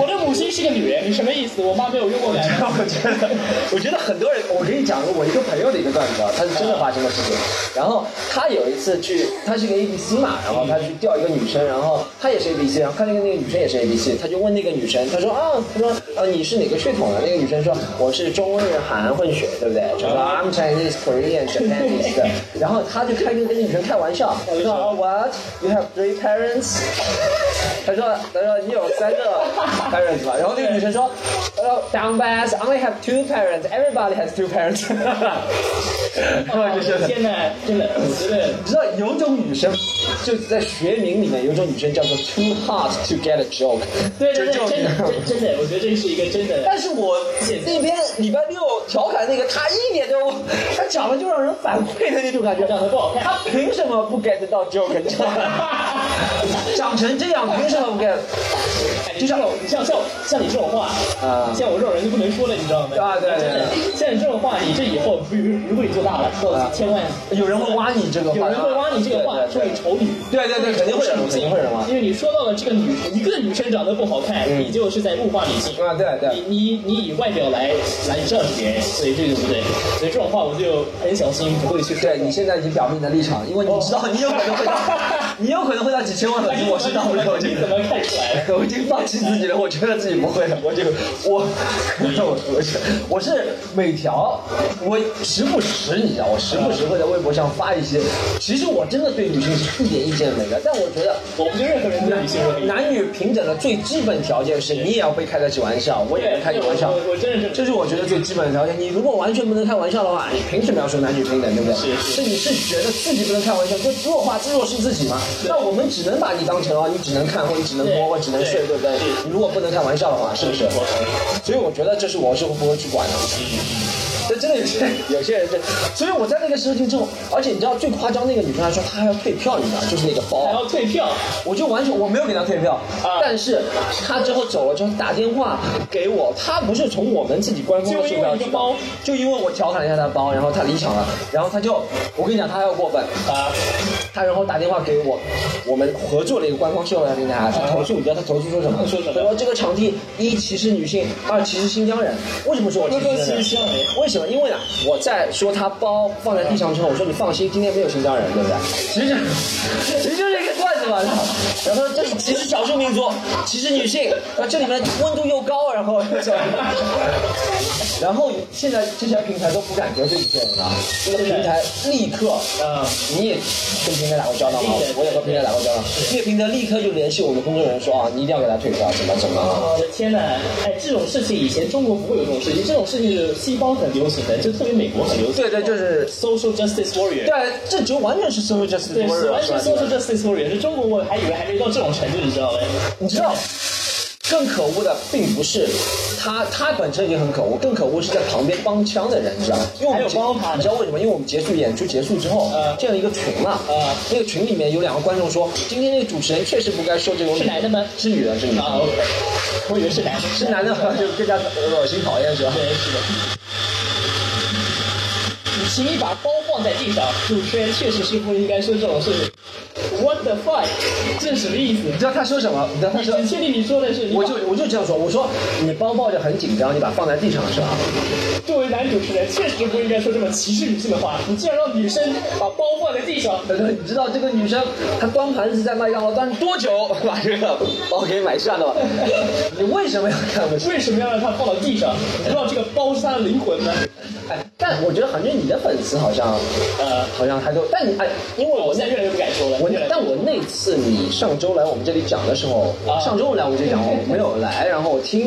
Speaker 2: 我的母亲是个女人，你什么意思？我妈没有用过感。
Speaker 1: 我觉得，我觉得很多人，我跟你讲我一个朋友的一个段子啊，他是真的发生的事情。然后他有一次去，他是个 A B C 嘛，然后他去钓一个女生，然后他也是 A B C，然后看那个那个女生也是 A B C，他就问那个女生，他说啊，他说啊你是哪个血统的？那个女生说我是中日韩混血，对不对？就说 I'm Chinese, Korean, Japanese 的。然后他就开跟那个女生开玩笑，他说啊 What? You have three parents? 他说，他说你有三个 parents
Speaker 2: [LAUGHS]
Speaker 1: 吧？然后那个女生说，呃他说 down bad, 啊 I only have two parents, everybody has two parents [LAUGHS]
Speaker 2: 哦
Speaker 1: 就是。
Speaker 2: 天哪，真的，我觉得
Speaker 1: 你知道有种女生，就是在学名里面有种女生叫做 too hard to get a joke，
Speaker 2: 对对
Speaker 1: 就
Speaker 2: 对，
Speaker 1: 这种
Speaker 2: 真
Speaker 1: 女
Speaker 2: 的
Speaker 1: 生
Speaker 2: 真真的，我觉得这是一个真的。
Speaker 1: 但是我那边礼拜六调侃那个，他一点都，他讲的就让人反馈的那种感觉，
Speaker 2: [LAUGHS] 长得不好看
Speaker 1: 他凭什么不 get 到 joke？你知道吗
Speaker 2: [LAUGHS]
Speaker 1: 长成这样，凭什么不 get？
Speaker 2: 就像你像像像你这种话，
Speaker 1: 啊
Speaker 2: 像我这种人就不能说了，你知道吗？
Speaker 1: 啊对对
Speaker 2: 真的，像你这种话，你这以后如如果你做大了，做
Speaker 1: 啊
Speaker 2: 千万
Speaker 1: 有人会挖你这个话，
Speaker 2: 有人会挖你这个话，
Speaker 1: 对
Speaker 2: 说
Speaker 1: 对
Speaker 2: 你丑女。
Speaker 1: 对对对，肯定会有人，肯定会有人挖。
Speaker 2: 啊因为你说到了这个女一个女生长得不好看，
Speaker 1: 嗯
Speaker 2: 你就是在物化女性。
Speaker 1: 啊，对对
Speaker 2: 你。你你以外表来来这样别人，所以这个不对。所以这种话我就很小心，不会去说。
Speaker 1: 对你现在已经表明你的立场，因为你知
Speaker 2: 哦
Speaker 1: 道你有可能会
Speaker 2: [LAUGHS]
Speaker 1: 到，你有可能会到几千万粉丝， [LAUGHS] 我是到不了，我就
Speaker 2: 你怎么看出来？
Speaker 1: 我已经放弃自己了，我觉得自己不会了，我就我 [LAUGHS] 我我是我是每条我时不时你知道，我时不时会在微博上发一些，其实我真的对女性是一点意见没的，但我觉得
Speaker 2: 我不觉得任何人对女性说
Speaker 1: 男女平等的最基本条件是你也要被开得起玩笑，我也能开你玩笑
Speaker 2: 我。我真的是
Speaker 1: 这是我觉得最基本的条件。你如果完全不能开玩笑的话，你凭什么要说男女平等，对不对？
Speaker 2: 是是
Speaker 1: 那你是觉得自己不能开玩笑，就弱化自弱是自己吗？那我们只能把你当成啊，你只能看或你只能
Speaker 2: 对
Speaker 1: 摸或只能睡，对不对
Speaker 2: 是？
Speaker 1: 你如果不能开玩笑的话，是不是？
Speaker 2: 我同意
Speaker 1: 所以我觉得这是我是不会去管的。这真的有些有些人是，所以我在那个事情之后，而且你知道最夸张那个女生还说她还要退票，你知道，就是那个包啊
Speaker 2: 还要退票，
Speaker 1: 我就完全我没有给他退票，
Speaker 2: 啊
Speaker 1: 但是他之后走了之后打电话给我，他不是从我们自己官方的售票渠道，就因为我调侃了一下他的包，然后他离场了，然后他就我跟你讲他还要过分，
Speaker 2: 啊，
Speaker 1: 他然后打电话给我，我们合作了一个官方售票平台，他投诉，你知道他投诉说什么？
Speaker 2: 啊 [LAUGHS] 说什么
Speaker 1: 他说这个场地一歧视女性，二歧视新疆人。为什么说我歧
Speaker 2: 我
Speaker 1: 视
Speaker 2: 哦说
Speaker 1: 新
Speaker 2: 歧视新
Speaker 1: 疆
Speaker 2: 疆
Speaker 1: 人
Speaker 2: 人？
Speaker 1: 为什么？因为呢，啊我在说他包放在地上之后，我说你放心，今天没有新疆人，对不对？其实，其实这个段子子嘛。然后这歧视少数民族，歧视女性，那这里面温度又高，啊然后 [LAUGHS] 又小。然后现在这些平台都不敢得罪一些人了，这个平台立刻
Speaker 2: 嗯，
Speaker 1: 你也跟平台打过交道吗
Speaker 2: 对对？对
Speaker 1: 我也和平台打过交道，这个平台立刻就联系我们工作人员说啊，你一定要给他退票，怎么怎么。
Speaker 2: 我的天呐，哎，这种事情以前中国不会有这种事情，这种事情是西方很流行的，就特别美国很流行。
Speaker 1: 对对，就是。
Speaker 2: social justice warrior。
Speaker 1: 对，这就完全是 social justice
Speaker 2: 对，
Speaker 1: warrior，
Speaker 2: 完全
Speaker 1: 是吧
Speaker 2: social justice warrior，是中国我还以为还没到这种程度，你知道吗？
Speaker 1: 你知道，更可恶的并不是他，他本身已经很可恶，更可恶是在旁边帮腔的人，你知道吗？因为我们结
Speaker 2: 还有帮他的
Speaker 1: 你知道为什么？因为我们结束演出结束之后
Speaker 2: 呃，
Speaker 1: 建了一个群嘛
Speaker 2: 呃，
Speaker 1: 那个群里面有两个观众说，今天那个主持人确实不该说这种。
Speaker 2: 是男的吗
Speaker 1: 是女的，是女
Speaker 2: 啊
Speaker 1: 的，
Speaker 2: ，OK，我以为是男的，
Speaker 1: 是男的 [LAUGHS] 就更加恶心讨厌是吧？
Speaker 2: 对，是的。你轻易把包放在地上，主持人确实是不应该说这种事情。What the fuck？这是什么意思？
Speaker 1: 你知道他说什么？你知道他
Speaker 2: 你
Speaker 1: 说。
Speaker 2: 你确定你说的是你把
Speaker 1: 我就我就这样说，我说你包抱着很紧张，你把它放在地上是吧？
Speaker 2: 作为男主持人，确实不应该说这么歧视女性的话。你竟然让女生把包放在地上，
Speaker 1: 那个你知道这个女生她端盘子在麦当劳端多久把这个包给买下的吗？ [LAUGHS] 你为什么要看我？
Speaker 2: 为什么要让她放到地上？你知道这个包是她的灵魂吗？
Speaker 1: 哎，但我觉得韩剧你的粉丝好像
Speaker 2: 呃，
Speaker 1: 好像还都，但你哎，因为
Speaker 2: 我
Speaker 1: 我
Speaker 2: 现在越来越不敢说了。
Speaker 1: 我
Speaker 2: 越来越
Speaker 1: 但我那次你上周来我们这里讲的时候，
Speaker 2: 啊
Speaker 1: 上周来我们这里讲我没有来，然后我听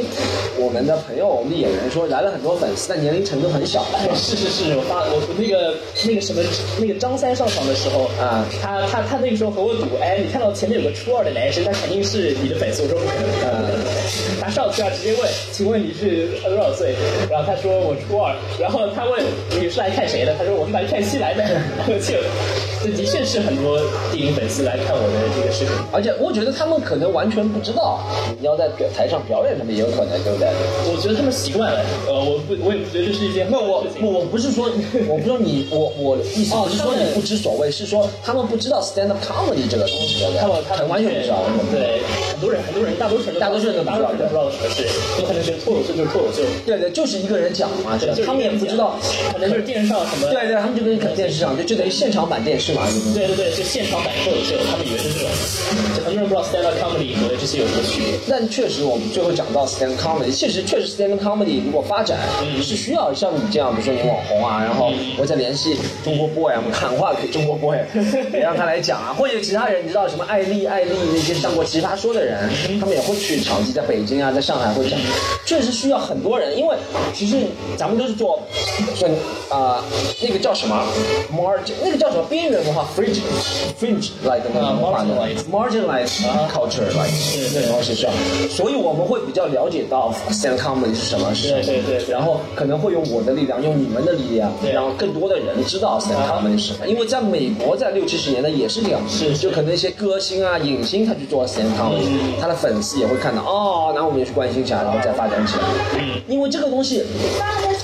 Speaker 1: 我们的朋友我们的演员说来了很多粉丝，但年龄层都很小。
Speaker 2: 哎，是是是，我发我那个那个什么那个张三上场的时候
Speaker 1: 啊
Speaker 2: 他他他那个时候和我赌，哎，你看到前面有个初二的男生，他肯定是你的粉丝。我说不可能，
Speaker 1: 呃，
Speaker 2: [LAUGHS] 他上去啊直接问，请问你是多少岁？然后他说我初二，然后他问你是来看谁的？他说我们来看西来的。我就这的确是很多电影粉丝来看我的这个视频。
Speaker 1: 而且我觉得他们可能完全不知道你要在表台上表演什么，也有可能，对不对？
Speaker 2: 我觉得他们习惯了，呃，我不我也不觉得这是一件
Speaker 1: 那
Speaker 2: 坏
Speaker 1: 我
Speaker 2: 事情
Speaker 1: 我我不是说， [LAUGHS] 我不是说你，我我的意思不是说你不哦知所谓，是说他们不知道 stand up comedy 这个东西，对不对？
Speaker 2: 他们他
Speaker 1: 们
Speaker 2: 们
Speaker 1: 完全不知道。
Speaker 2: 对，很多人很多人大多数人
Speaker 1: 大多数人都不
Speaker 2: 大
Speaker 1: 知道
Speaker 2: 多数人都不知道什么事，有可能觉得脱口秀就是脱口秀，
Speaker 1: 对对，就是一个人讲嘛，这
Speaker 2: 就
Speaker 1: 个
Speaker 2: 是
Speaker 1: 他们也不知道。
Speaker 2: 可能就是电视上什么。
Speaker 1: 对对，他们就跟看电视上，就就等于现场版电视嘛。就是
Speaker 2: 对对对，就现场版脱口秀，他们以为是这种，就很多人不知道 stand up comedy 和这些有什么区别。
Speaker 1: 但确实，我们最后讲到 stand up comedy，确实确实 stand up comedy 如果发展
Speaker 2: 嗯
Speaker 1: 是需要像你这样，比如说你网红啊，然后
Speaker 2: 嗯
Speaker 1: 我再联系中国 boy，啊我们喊话给中国 boy，也 [LAUGHS] 让他来讲啊，或者其他人，你知道什么艾丽、艾丽那些上过奇葩说的人，
Speaker 2: 嗯
Speaker 1: 他们也会去场地，在北京啊，在上海会讲，确实需要很多人，因为其实咱们都是做，算啊、那个叫什么 margin，那个叫什么边缘文化 fringe fringe like 那个
Speaker 2: 啊
Speaker 1: 文化的
Speaker 2: marginalized
Speaker 1: marginalized culture like
Speaker 2: 是
Speaker 1: 这
Speaker 2: 对
Speaker 1: 种东西是吧？所以我们会比较了解到 stand comedy 是什么，是什么
Speaker 2: 对对对对
Speaker 1: 然后可能会用我的力量，用你们的力量，
Speaker 2: 对啊
Speaker 1: 让更多的人知道 stand comedy 是什么。因为在美国，在六七十年代也是这样，
Speaker 2: 是是
Speaker 1: 就可能一些歌星啊、影星他去做 stand comedy，
Speaker 2: 嗯
Speaker 1: 他的粉丝也会看到哦，然后我们也去关心一下，然后再发展起来。
Speaker 2: 嗯
Speaker 1: 因为这个东西，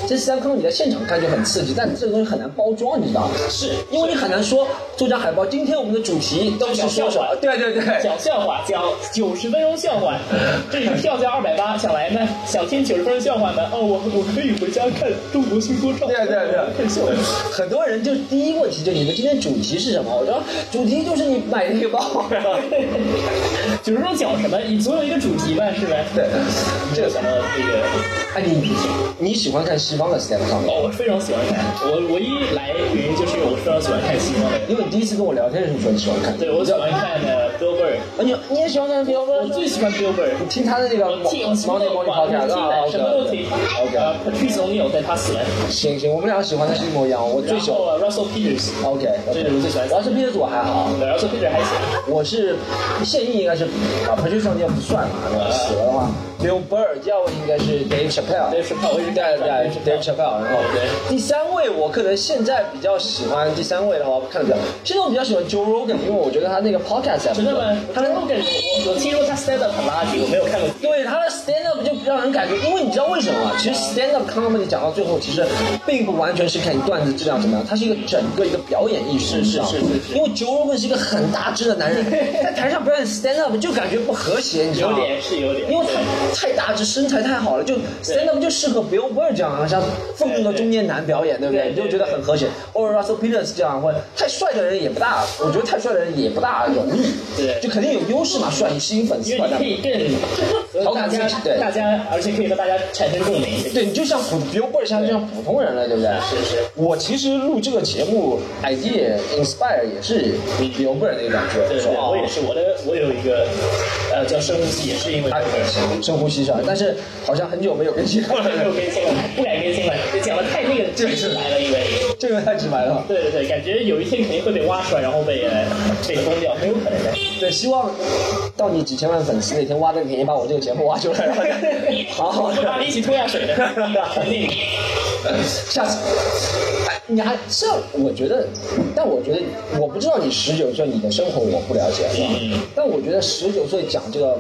Speaker 1: 这 stand comedy 你在现场看就很刺激，但这个东西很难包装，你知道吗？
Speaker 2: 是
Speaker 1: 因为你很难说做张海报，今天我们的主题都是说什么？对对对，
Speaker 2: 讲笑话，讲九十分钟笑话，这里票价二百八，想来吗？想听九十分钟笑话吗？哦，我我可以回家看中国新说唱，
Speaker 1: 对对对
Speaker 2: 看秀。
Speaker 1: 很多人就第一个问题就你们今天主题是什么？我说主题就是你买那个
Speaker 2: [LAUGHS]
Speaker 1: 包。
Speaker 2: 九十分钟讲什么？你总有一个主题吧，是吧？
Speaker 1: 对，这
Speaker 2: 这个
Speaker 1: 个
Speaker 2: 想到那个，
Speaker 1: 哎你你喜欢看西方的 stand up comedy？
Speaker 2: 哦，我非常喜欢看。我唯一来原因就是因为我非常喜欢看西方的。
Speaker 1: 因为你第一次跟我聊天的时候说你喜欢看，
Speaker 2: 对，我喜欢看的 Billboard，
Speaker 1: 哎你你也喜欢看 Bill
Speaker 2: 我最喜欢 Billboard。
Speaker 1: 你听他的那个
Speaker 2: 我听，我
Speaker 1: Money
Speaker 2: 什么
Speaker 1: Money
Speaker 2: 都
Speaker 1: Podcast
Speaker 2: 听
Speaker 1: 啊
Speaker 2: 的，什么都听。呃
Speaker 1: ，OK，
Speaker 2: ，Patrice O'Neal 在他死了，
Speaker 1: 行行，我们俩喜欢的是一模一样，我最
Speaker 2: 然
Speaker 1: [LAUGHS] 喜欢
Speaker 2: 后 Russell Peters，
Speaker 1: OK，
Speaker 2: 这是我最喜欢的。
Speaker 1: 我要是 Peter 组还好，
Speaker 2: 对，Russell Peters 还行。
Speaker 1: 我是现役应该是啊 p a t r i c i 不算嘛，对吧死了的话，Bill Burr，要不应该是 Dave Chappelle。
Speaker 2: Dave Chappelle，我一直
Speaker 1: 对
Speaker 2: 在
Speaker 1: 对，Dave
Speaker 2: Chappelle。
Speaker 1: Chappelle，然后
Speaker 2: 对
Speaker 1: 第三位我可能现在比较喜欢第三位的话，看的比较，现在我比较喜欢 Joe Rogan，因为我觉得他那个 podcast 还不
Speaker 2: 真的
Speaker 1: 错
Speaker 2: 吗？
Speaker 1: 他
Speaker 2: 他
Speaker 1: 的
Speaker 2: 们感觉我我听说他 stand up 很垃圾，我没有看过。
Speaker 1: 对他的 stand up 就让人感觉，因为你知道为什么吗？其实 stand up comedy 讲到最后，其实并不完全是看你段子质量怎么样，它是一个整个一个表演艺术，
Speaker 2: 是是
Speaker 1: 你知道吗
Speaker 2: 是是是
Speaker 1: 因为 Joe Rogan 是一个
Speaker 2: [LAUGHS]
Speaker 1: 很大只的男人，在台上表演 stand up 就感觉不和谐，你知道
Speaker 2: 有
Speaker 1: 吗？
Speaker 2: 点是有点，
Speaker 1: 因为他太大只，身材太好了，就 stand up 就适合 Bill Burr 这样啊，像愤怒的中年男表演，对不对？你
Speaker 2: 对对
Speaker 1: 就觉得很和谐。或者 Russell Peters 这样，或者太帅的人也不大，我觉得太帅的人也不大容易，
Speaker 2: 对
Speaker 1: 就肯定有优势嘛，帅你吸引粉丝
Speaker 2: 因
Speaker 1: 嘛
Speaker 2: 为，你可以更
Speaker 1: 好
Speaker 2: 大家
Speaker 1: 感对
Speaker 2: 大家，而且可以和大家产生共鸣。
Speaker 1: 对，你就像普 Bill Burr 像就像普通人了，对不对？
Speaker 2: 是是。
Speaker 1: 我其实录这个节目，idea inspire 也是 Bill Burr 那个感觉，
Speaker 2: 对对
Speaker 1: 说
Speaker 2: 对，
Speaker 1: 哦
Speaker 2: 我也是，我的我有一个呃叫深呼吸，也是因为这
Speaker 1: 哎
Speaker 2: 个事。
Speaker 1: 深呼吸上，但是好像很久没有更新过了，
Speaker 2: [LAUGHS] 没有更新了，不敢更新了，讲的太那个太直白了，因为
Speaker 1: 这个太直白了。
Speaker 2: 对对对，感觉有一天肯定会被挖出来，然后被呃被封掉，很有可能的。
Speaker 1: 对，希望到你几千万粉丝那天挖这个坑，你把我这个节目挖出来，然后
Speaker 2: [LAUGHS]
Speaker 1: 好好
Speaker 2: 我会把
Speaker 1: 的，
Speaker 2: 你一起拖下水的，肯定。
Speaker 1: 下次。哎，你还这，我觉得，但我觉得，我不知道你十九岁你的生活我不了解，啊
Speaker 2: 嗯
Speaker 1: 但我觉得十九岁讲这个，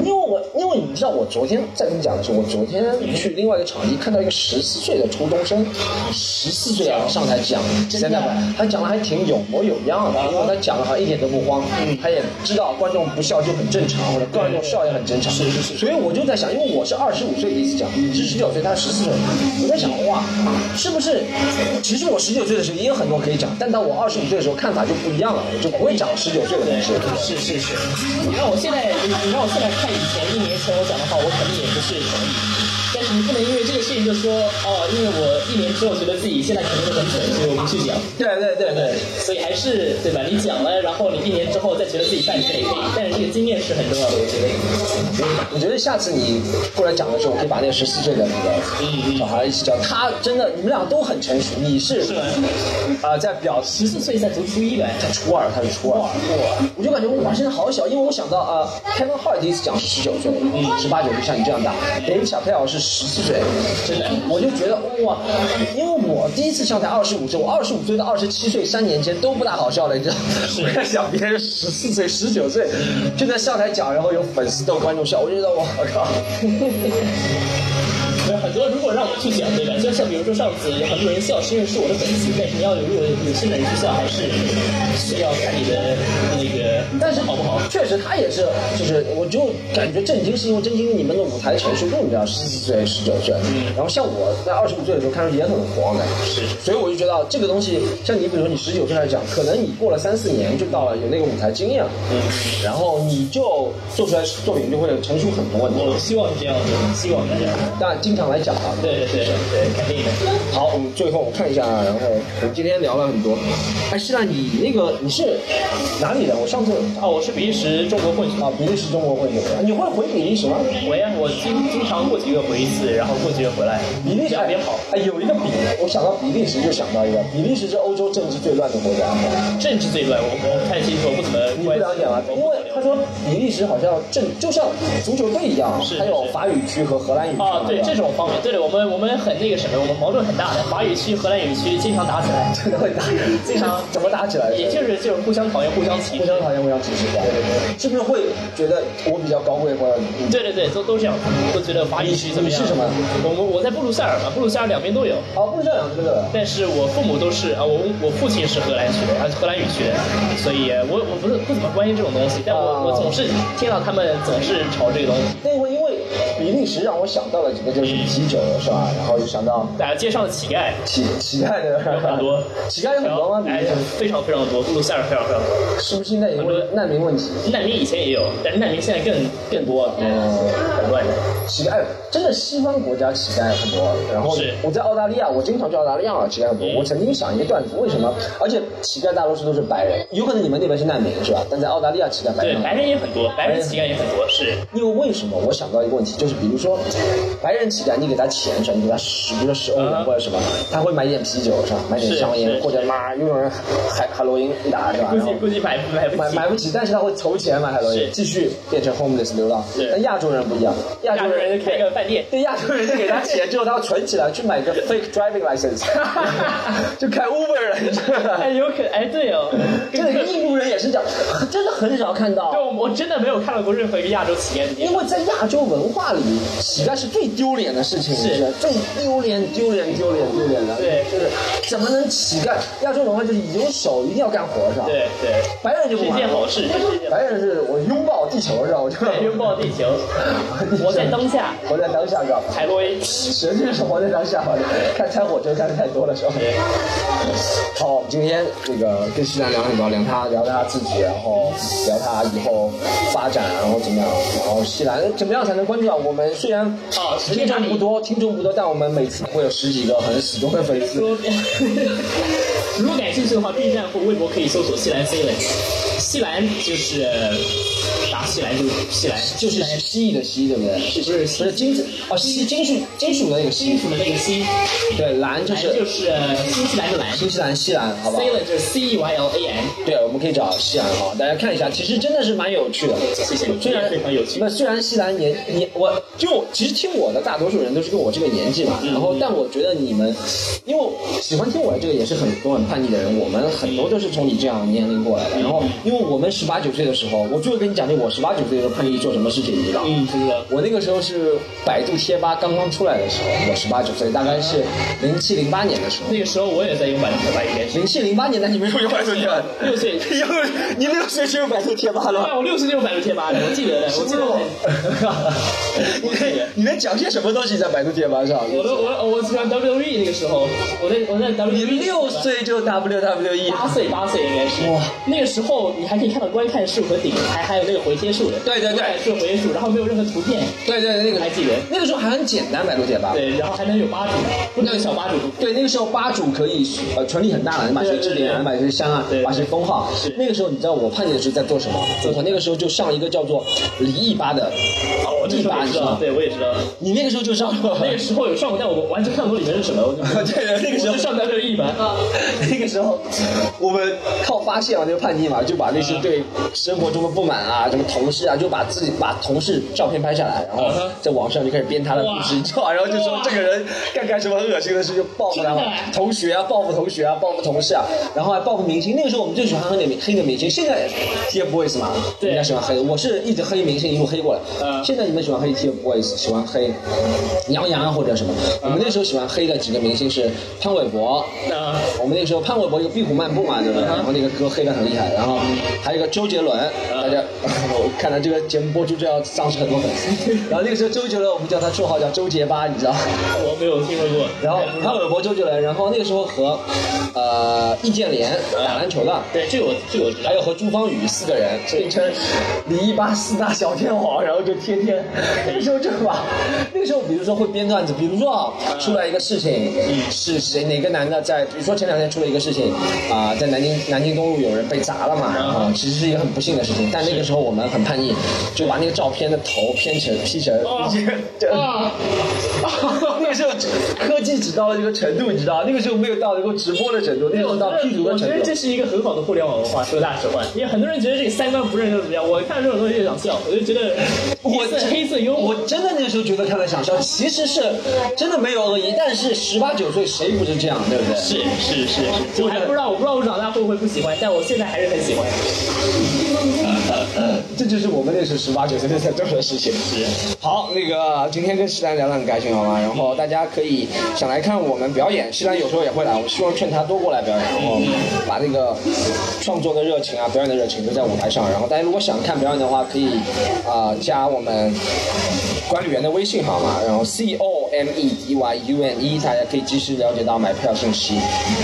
Speaker 1: 因为我因为你知道，我昨天在跟你讲的时候，我昨天去另外一个场地看到一个十四岁的初中生，十四岁啊上台讲，现在他讲的还挺有模有样的，因为他讲的好像一点都不慌，他也知道观众不笑就很正常，或者观众笑也很正常，是是是。所以我就在想，因为我是二十五岁第一次讲，你是十九岁，他十四岁，我在想哇，是不是？其实我十九岁的时候也有很多可以讲，但到我二十五岁的时候看法就不一样了，我就不会讲十九岁的东西。
Speaker 2: 是是是，你让我现在，你你让我现在看以前一年前我讲的话，我肯定也不是同意。但是你不能因为这个事情就说哦，因为我一年之后觉得自己现在肯定会很蠢，所以我不去讲。
Speaker 1: 对对对对。
Speaker 2: 所以还是对吧？你讲了，然后你一年之后再觉得自己犯蠢也可以，但是这个经验是很重要的，我觉得。
Speaker 1: 我觉得下次你过来讲的时候，我可以把那个十四岁的那个小孩一起叫，他真的，你们俩都很成熟。你是
Speaker 2: 是吗
Speaker 1: 啊、在表
Speaker 2: 十四岁在读初一呗，
Speaker 1: 初二，他是初二，我就感觉哇，现在好小，因为我想到啊、呃、，Kevin Hart 第一次讲是十九岁，嗯十八九就像你这样大，Dave Chappelle 是十四岁，
Speaker 2: 真的。
Speaker 1: 我就觉得哇，因为我第一次上台二十五岁，我二十五岁到二十七岁三年间都不大好笑了，你知道吗？ [LAUGHS] 我在想别人十四岁、十九岁就在上台讲，然后有粉丝逗观众笑，我就觉得我靠。
Speaker 2: 有很多如果让我去讲对吧？就像比如说上次有很多人笑，是因为是我的粉丝，但是你要有如果有新的人去笑，还是需要看你的那个，
Speaker 1: 但是
Speaker 2: 好不好？
Speaker 1: 确实他也是，就是我就感觉震惊，是因为震惊你们的舞台成熟度，你知道，十四岁、十九岁，然后像我在二十五岁的时候看上去也很慌的，
Speaker 2: 是
Speaker 1: 所以我就觉得这个东西，像你比如说你十九岁来讲，可能你过了三四年就到了有那个舞台经验了，嗯，然后你就做出来作品就会成熟很多很多
Speaker 2: 我。希望是这样的，希望是这样的。
Speaker 1: 但经常来讲啊，
Speaker 2: 对对对对，肯定的。
Speaker 1: 好，我们最后我看一下，然后我们今天聊了很多。哎，是啊，你那个你是哪里人？我上次
Speaker 2: 哦，我是比利时中国混血。
Speaker 1: 啊，比利时中国混血，你会回比利时吗？
Speaker 2: 我呀，我经经常过几个月回一次，然后过几个月回来。
Speaker 1: 比利时
Speaker 2: 别跑，
Speaker 1: 哎，有一个比，我想到比利时就想到一个，比利时是欧洲政治最乱的国家，
Speaker 2: 政治最乱，我我不太清楚，我不怎么
Speaker 1: 你不了解吗？因为他说比利时好像政就像足球队一样，
Speaker 2: 是
Speaker 1: 它有
Speaker 2: 是
Speaker 1: 法语区和荷兰语区嘛
Speaker 2: 啊，对
Speaker 1: 吧
Speaker 2: 这种方面，对的，我们我们很那个什么，我们矛盾很大的，法语区、荷兰语区经常打起来，
Speaker 1: [LAUGHS] 真的会打，
Speaker 2: 经常
Speaker 1: [LAUGHS] 怎么打起来的？
Speaker 2: 也就是就是互相讨厌、互相歧
Speaker 1: 互
Speaker 2: 视
Speaker 1: 相。讨厌，互相歧视，这样是不是会觉得我比较高贵或者你
Speaker 2: 对对对，都都这样，都觉得法语区怎么样？
Speaker 1: 你是什么
Speaker 2: 我们我在布鲁塞尔嘛，布鲁塞尔两边都有，
Speaker 1: 哦，不是这样，这个
Speaker 2: 但是我父母都是啊，我我父亲是荷兰区的，啊荷兰语区的，所以呃我我不是不怎么关心这种东西，但我、
Speaker 1: 哦
Speaker 2: 我总是听到他们总是吵这个东西。
Speaker 1: 那会因为比利时让我想到了几个就是啤酒是吧？然后就想到
Speaker 2: 大呃家街上的乞丐
Speaker 1: 乞乞丐的，
Speaker 2: 有很多
Speaker 1: [LAUGHS] 乞丐有很多吗？比
Speaker 2: 哎
Speaker 1: 利时，
Speaker 2: 非常非常多，布鲁塞尔非常非常多。
Speaker 1: 是不是现在也因为难民问题？
Speaker 2: 难民以前也有，但是难民现在更更多了，很乱的。
Speaker 1: 乞丐呃真的西方国家乞丐很多，然后
Speaker 2: 是
Speaker 1: 我在澳大利亚，我经常去澳大利亚啊，乞丐很多。
Speaker 2: 嗯
Speaker 1: 我曾经想一个段子，为什么？而且乞丐大多数都是白人，有可能你们那边是难民是吧？但在澳大利亚乞丐白
Speaker 2: 嗯对
Speaker 1: 人，很多
Speaker 2: 白人也很多，白人乞丐也很多，是
Speaker 1: 因为为什么？我想到一个问题，就是比如说白人乞丐，你给他钱是吧？你给他十，比如说十欧元
Speaker 2: 嗯
Speaker 1: 或者什么，他会买一点啤酒是吧？买点
Speaker 2: 是
Speaker 1: 香烟
Speaker 2: 是，
Speaker 1: 或者妈有种人海海洛因一打
Speaker 2: [LAUGHS]
Speaker 1: 是吧？
Speaker 2: 估
Speaker 1: 然后
Speaker 2: 计估计买买不
Speaker 1: 买
Speaker 2: 起。
Speaker 1: 买不起，但是他会筹钱买海洛因，
Speaker 2: 是
Speaker 1: 继续变成 homeless 流浪。
Speaker 2: 对
Speaker 1: 但亚洲人不一样，亚
Speaker 2: 亚洲人开个饭店，
Speaker 1: 对亚洲人给他钱之后，他要存起来去买个 fake driving
Speaker 2: [LAUGHS]
Speaker 1: license，就开 Uber 了，你知道吗？
Speaker 2: 哎，有可哎对哦，
Speaker 1: 这个印度人也是这样，真的很少看
Speaker 2: 对，
Speaker 1: 到，
Speaker 2: 我我真的没有看到过任何一个亚洲乞丐的
Speaker 1: 因
Speaker 2: 店。
Speaker 1: 为在亚洲文化里，乞丐是最丢脸的事情，
Speaker 2: 是
Speaker 1: 吧最丢脸、丢脸、丢脸、丢脸的。
Speaker 2: 对
Speaker 1: 就是怎么能乞丐？亚洲文化就是有手一定要干活，是吧？
Speaker 2: 对对，
Speaker 1: 白人就不
Speaker 2: 是一
Speaker 1: 管
Speaker 2: 件，好事，这是一件好事
Speaker 1: 白人是我拥抱爆地球，让我就
Speaker 2: 对拥抱地球，活在当下，
Speaker 1: 活在当下，知道吧？
Speaker 2: 海洛因。
Speaker 1: 实际是活在当下吧，看猜火车看的太多了，是吧？好，我们今天那个跟西南聊很多，聊他聊他自己，然后聊他以后发展，然后怎么样，然后西南怎么样才能关注到我们？虽然啊
Speaker 2: 哦时
Speaker 1: 听
Speaker 2: 间
Speaker 1: 众
Speaker 2: 管理
Speaker 1: 不多，听众不多，但我们每次会有十几个很死忠的粉丝。
Speaker 2: 如果如果感兴趣的话，B 站或微博可以搜索“西兰 C 文”，西兰就是打西兰就西兰，
Speaker 1: 就是蜥蜴的蜥，对不对？
Speaker 2: 不是
Speaker 1: 不是金子哦，西金属金属的那个
Speaker 2: 金
Speaker 1: 西，
Speaker 2: 属的那个西，
Speaker 1: 对，蓝就
Speaker 2: 兰就是是新西兰的兰
Speaker 1: 新西兰西兰，好吧？
Speaker 2: ，C 文就是 C E Y L A N。
Speaker 1: 对，我们可以找西兰哈，大家看一下，其实真的是蛮有趣的。
Speaker 2: 谢谢你，
Speaker 1: 虽然
Speaker 2: 非常有趣
Speaker 1: 那。虽然西兰年年，我就其实听我的大多数人都是跟我这个年纪
Speaker 2: 嗯
Speaker 1: 嘛，然后但我觉得你们，因为喜欢听我的这个也是很多很叛逆的人，我们很多都是从你这样年龄过
Speaker 2: 嗯
Speaker 1: 来的。然后因为我们十八九岁的时候，我就会跟你讲，就我十八九岁的时候叛逆做什么事情，你知道吗？
Speaker 2: 嗯，真的。
Speaker 1: 我那个时候是百度贴吧刚刚出来的时候，我十八九岁，大概是零七零八年的时候。
Speaker 2: 那个时候我也在用百度贴吧，应该是。
Speaker 1: 零七零八年的你没有用百度贴吧？
Speaker 2: [LAUGHS] 六岁
Speaker 1: 有 [LAUGHS] 你六岁就用百度贴吧
Speaker 2: 对
Speaker 1: 了？
Speaker 2: 啊，我六岁就用百度贴吧的，我记得的，我记得很。
Speaker 1: [LAUGHS] 你在你在讲些什么东西在百度贴吧上？
Speaker 2: 我都我我喜欢 WWE 那个时候，我在我在 WWE
Speaker 1: 你六岁就 WWE，
Speaker 2: 八岁，八岁应该是。
Speaker 1: 哇
Speaker 2: 那个时候你还可以看到观看数和顶台，还有那个回贴数的。
Speaker 1: 对对对
Speaker 2: 观看数、回贴数，然后没有任何图片，
Speaker 1: 对对对，那
Speaker 2: 还
Speaker 1: 个
Speaker 2: 记得。
Speaker 1: 那个时候还很简单，百度贴吧。
Speaker 2: 对，然后还能有吧主，不能有小吧主。
Speaker 1: 对，那个时候吧主可以呃权力很大的，你把谁
Speaker 2: 对对
Speaker 1: 置顶啊，
Speaker 2: 对
Speaker 1: 你把谁删啊
Speaker 2: 对，对
Speaker 1: 把谁封号。
Speaker 2: 是
Speaker 1: 那个时候你知道我叛逆的时候在做什么？我那个时候就上一个叫做离异吧的
Speaker 2: 哦，我这
Speaker 1: 地
Speaker 2: 个
Speaker 1: 吧，
Speaker 2: 也
Speaker 1: 你
Speaker 2: 知
Speaker 1: 知道
Speaker 2: 道，
Speaker 1: 吗？
Speaker 2: 对我也知道。
Speaker 1: 你那个时候就上过。
Speaker 2: 那个时候有上过，但我完全看不懂里面是什么。 [LAUGHS] 我就
Speaker 1: 对对那个时候
Speaker 2: 我就嗯上 WWE 吧。
Speaker 1: [LAUGHS] 那个时候，我们靠发泄完这个叛逆嘛，就把那
Speaker 2: 嗯
Speaker 1: 些对生活中的不满啊，什么同事啊，就把自己把同事照片拍下来，然后
Speaker 2: 嗯哼
Speaker 1: 在网上就开始编他的故事，
Speaker 2: 哇
Speaker 1: 你知道吧？然后就说
Speaker 2: 哇
Speaker 1: 这个人干干什么很恶心的事，就报复他
Speaker 2: 真
Speaker 1: 嘛
Speaker 2: 的哎，
Speaker 1: 同学啊，报复同学啊，报复同事啊，然后还报复明星。那个时候我们最喜欢黑的明黑的明星，现在 TFBOYS 嘛，
Speaker 2: 对
Speaker 1: 人家喜欢黑，我是一直黑明星，一路黑过来。
Speaker 2: 嗯
Speaker 1: 现在你们喜欢黑 TFBOYS，喜欢黑杨洋啊或者什么？我
Speaker 2: 嗯
Speaker 1: 们那时候喜欢黑的几个明星是潘玮柏。
Speaker 2: 那
Speaker 1: 我们那个时候潘玮柏有《壁虎漫步》嘛，对不对？然后那个歌黑的很厉害，然后还有一个周杰伦，大家 [LAUGHS] 我看到这个节目播出就要丧失很多粉丝。然后那个时候周杰伦，我们叫他绰号叫周杰巴，你知道？
Speaker 2: 我没有听说过。
Speaker 1: 然后潘玮柏、周杰伦，然后那个时候和呃易建联打篮球的。
Speaker 2: 对，这个我这个我知道
Speaker 1: 还。有和朱芳雨四个人并称李一吧四大小天王，然后就天天那个时候就把那个时候，比如说会编段子，比如说啊，
Speaker 2: 嗯
Speaker 1: 出来一个事情，是谁哪个男的在，比如说前两天出了一个事情啊、在南京南京东路有人被砸了嘛，
Speaker 2: 嗯
Speaker 1: 然后其实是一个很不幸的事情，但那个时候我们很叛逆，就把那个照片的头偏成 P 成
Speaker 2: 哦
Speaker 1: 对
Speaker 2: 啊，
Speaker 1: [LAUGHS] 那个时候科技只到了这个程度，你知道，那个时候没有到能够直播的程度，那个时候到 P 图的
Speaker 2: 我觉
Speaker 1: 程
Speaker 2: 得
Speaker 1: 度
Speaker 2: 这。是一个很好的互联网文化，说大实话，因为很多人觉得这个三观不正又怎么样，我看这种东西就想笑，我就觉得黑色黑色幽默
Speaker 1: 我。真的那时候觉得看了想笑，其实是真的没有恶意，但是十八九岁谁不是这样，对不对？
Speaker 2: 是是是是，我还不知道，我不知道我长大会不会不喜欢，但我现在还是很喜欢。
Speaker 1: 这就是我们那时候十八九岁在做的事情。是。好，那个今天跟石楠聊得很开心，好吗？然后大家可以想来看我们表演，石楠有时候也会来，我希望劝他多过来表演，然后把那个创作的热情啊、表演的热情都在舞台上。然后大家如果想看表演的话，可以啊、呃加我们管理员的微信好吗？然后 C O M E D Y U N E，大家可以及时了解到买票信息。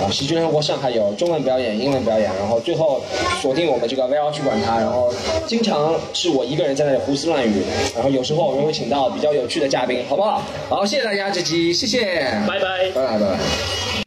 Speaker 1: 啊，喜剧生活上还有中文表演、英文表演，然后最后锁定我们这个 VR 去管它，然后经常是我一个人在那里胡思乱语，然后有时候我们会请到比较有趣的嘉宾，好不好？好，谢谢大家这期，谢谢，
Speaker 2: 拜拜。
Speaker 1: 拜拜拜拜。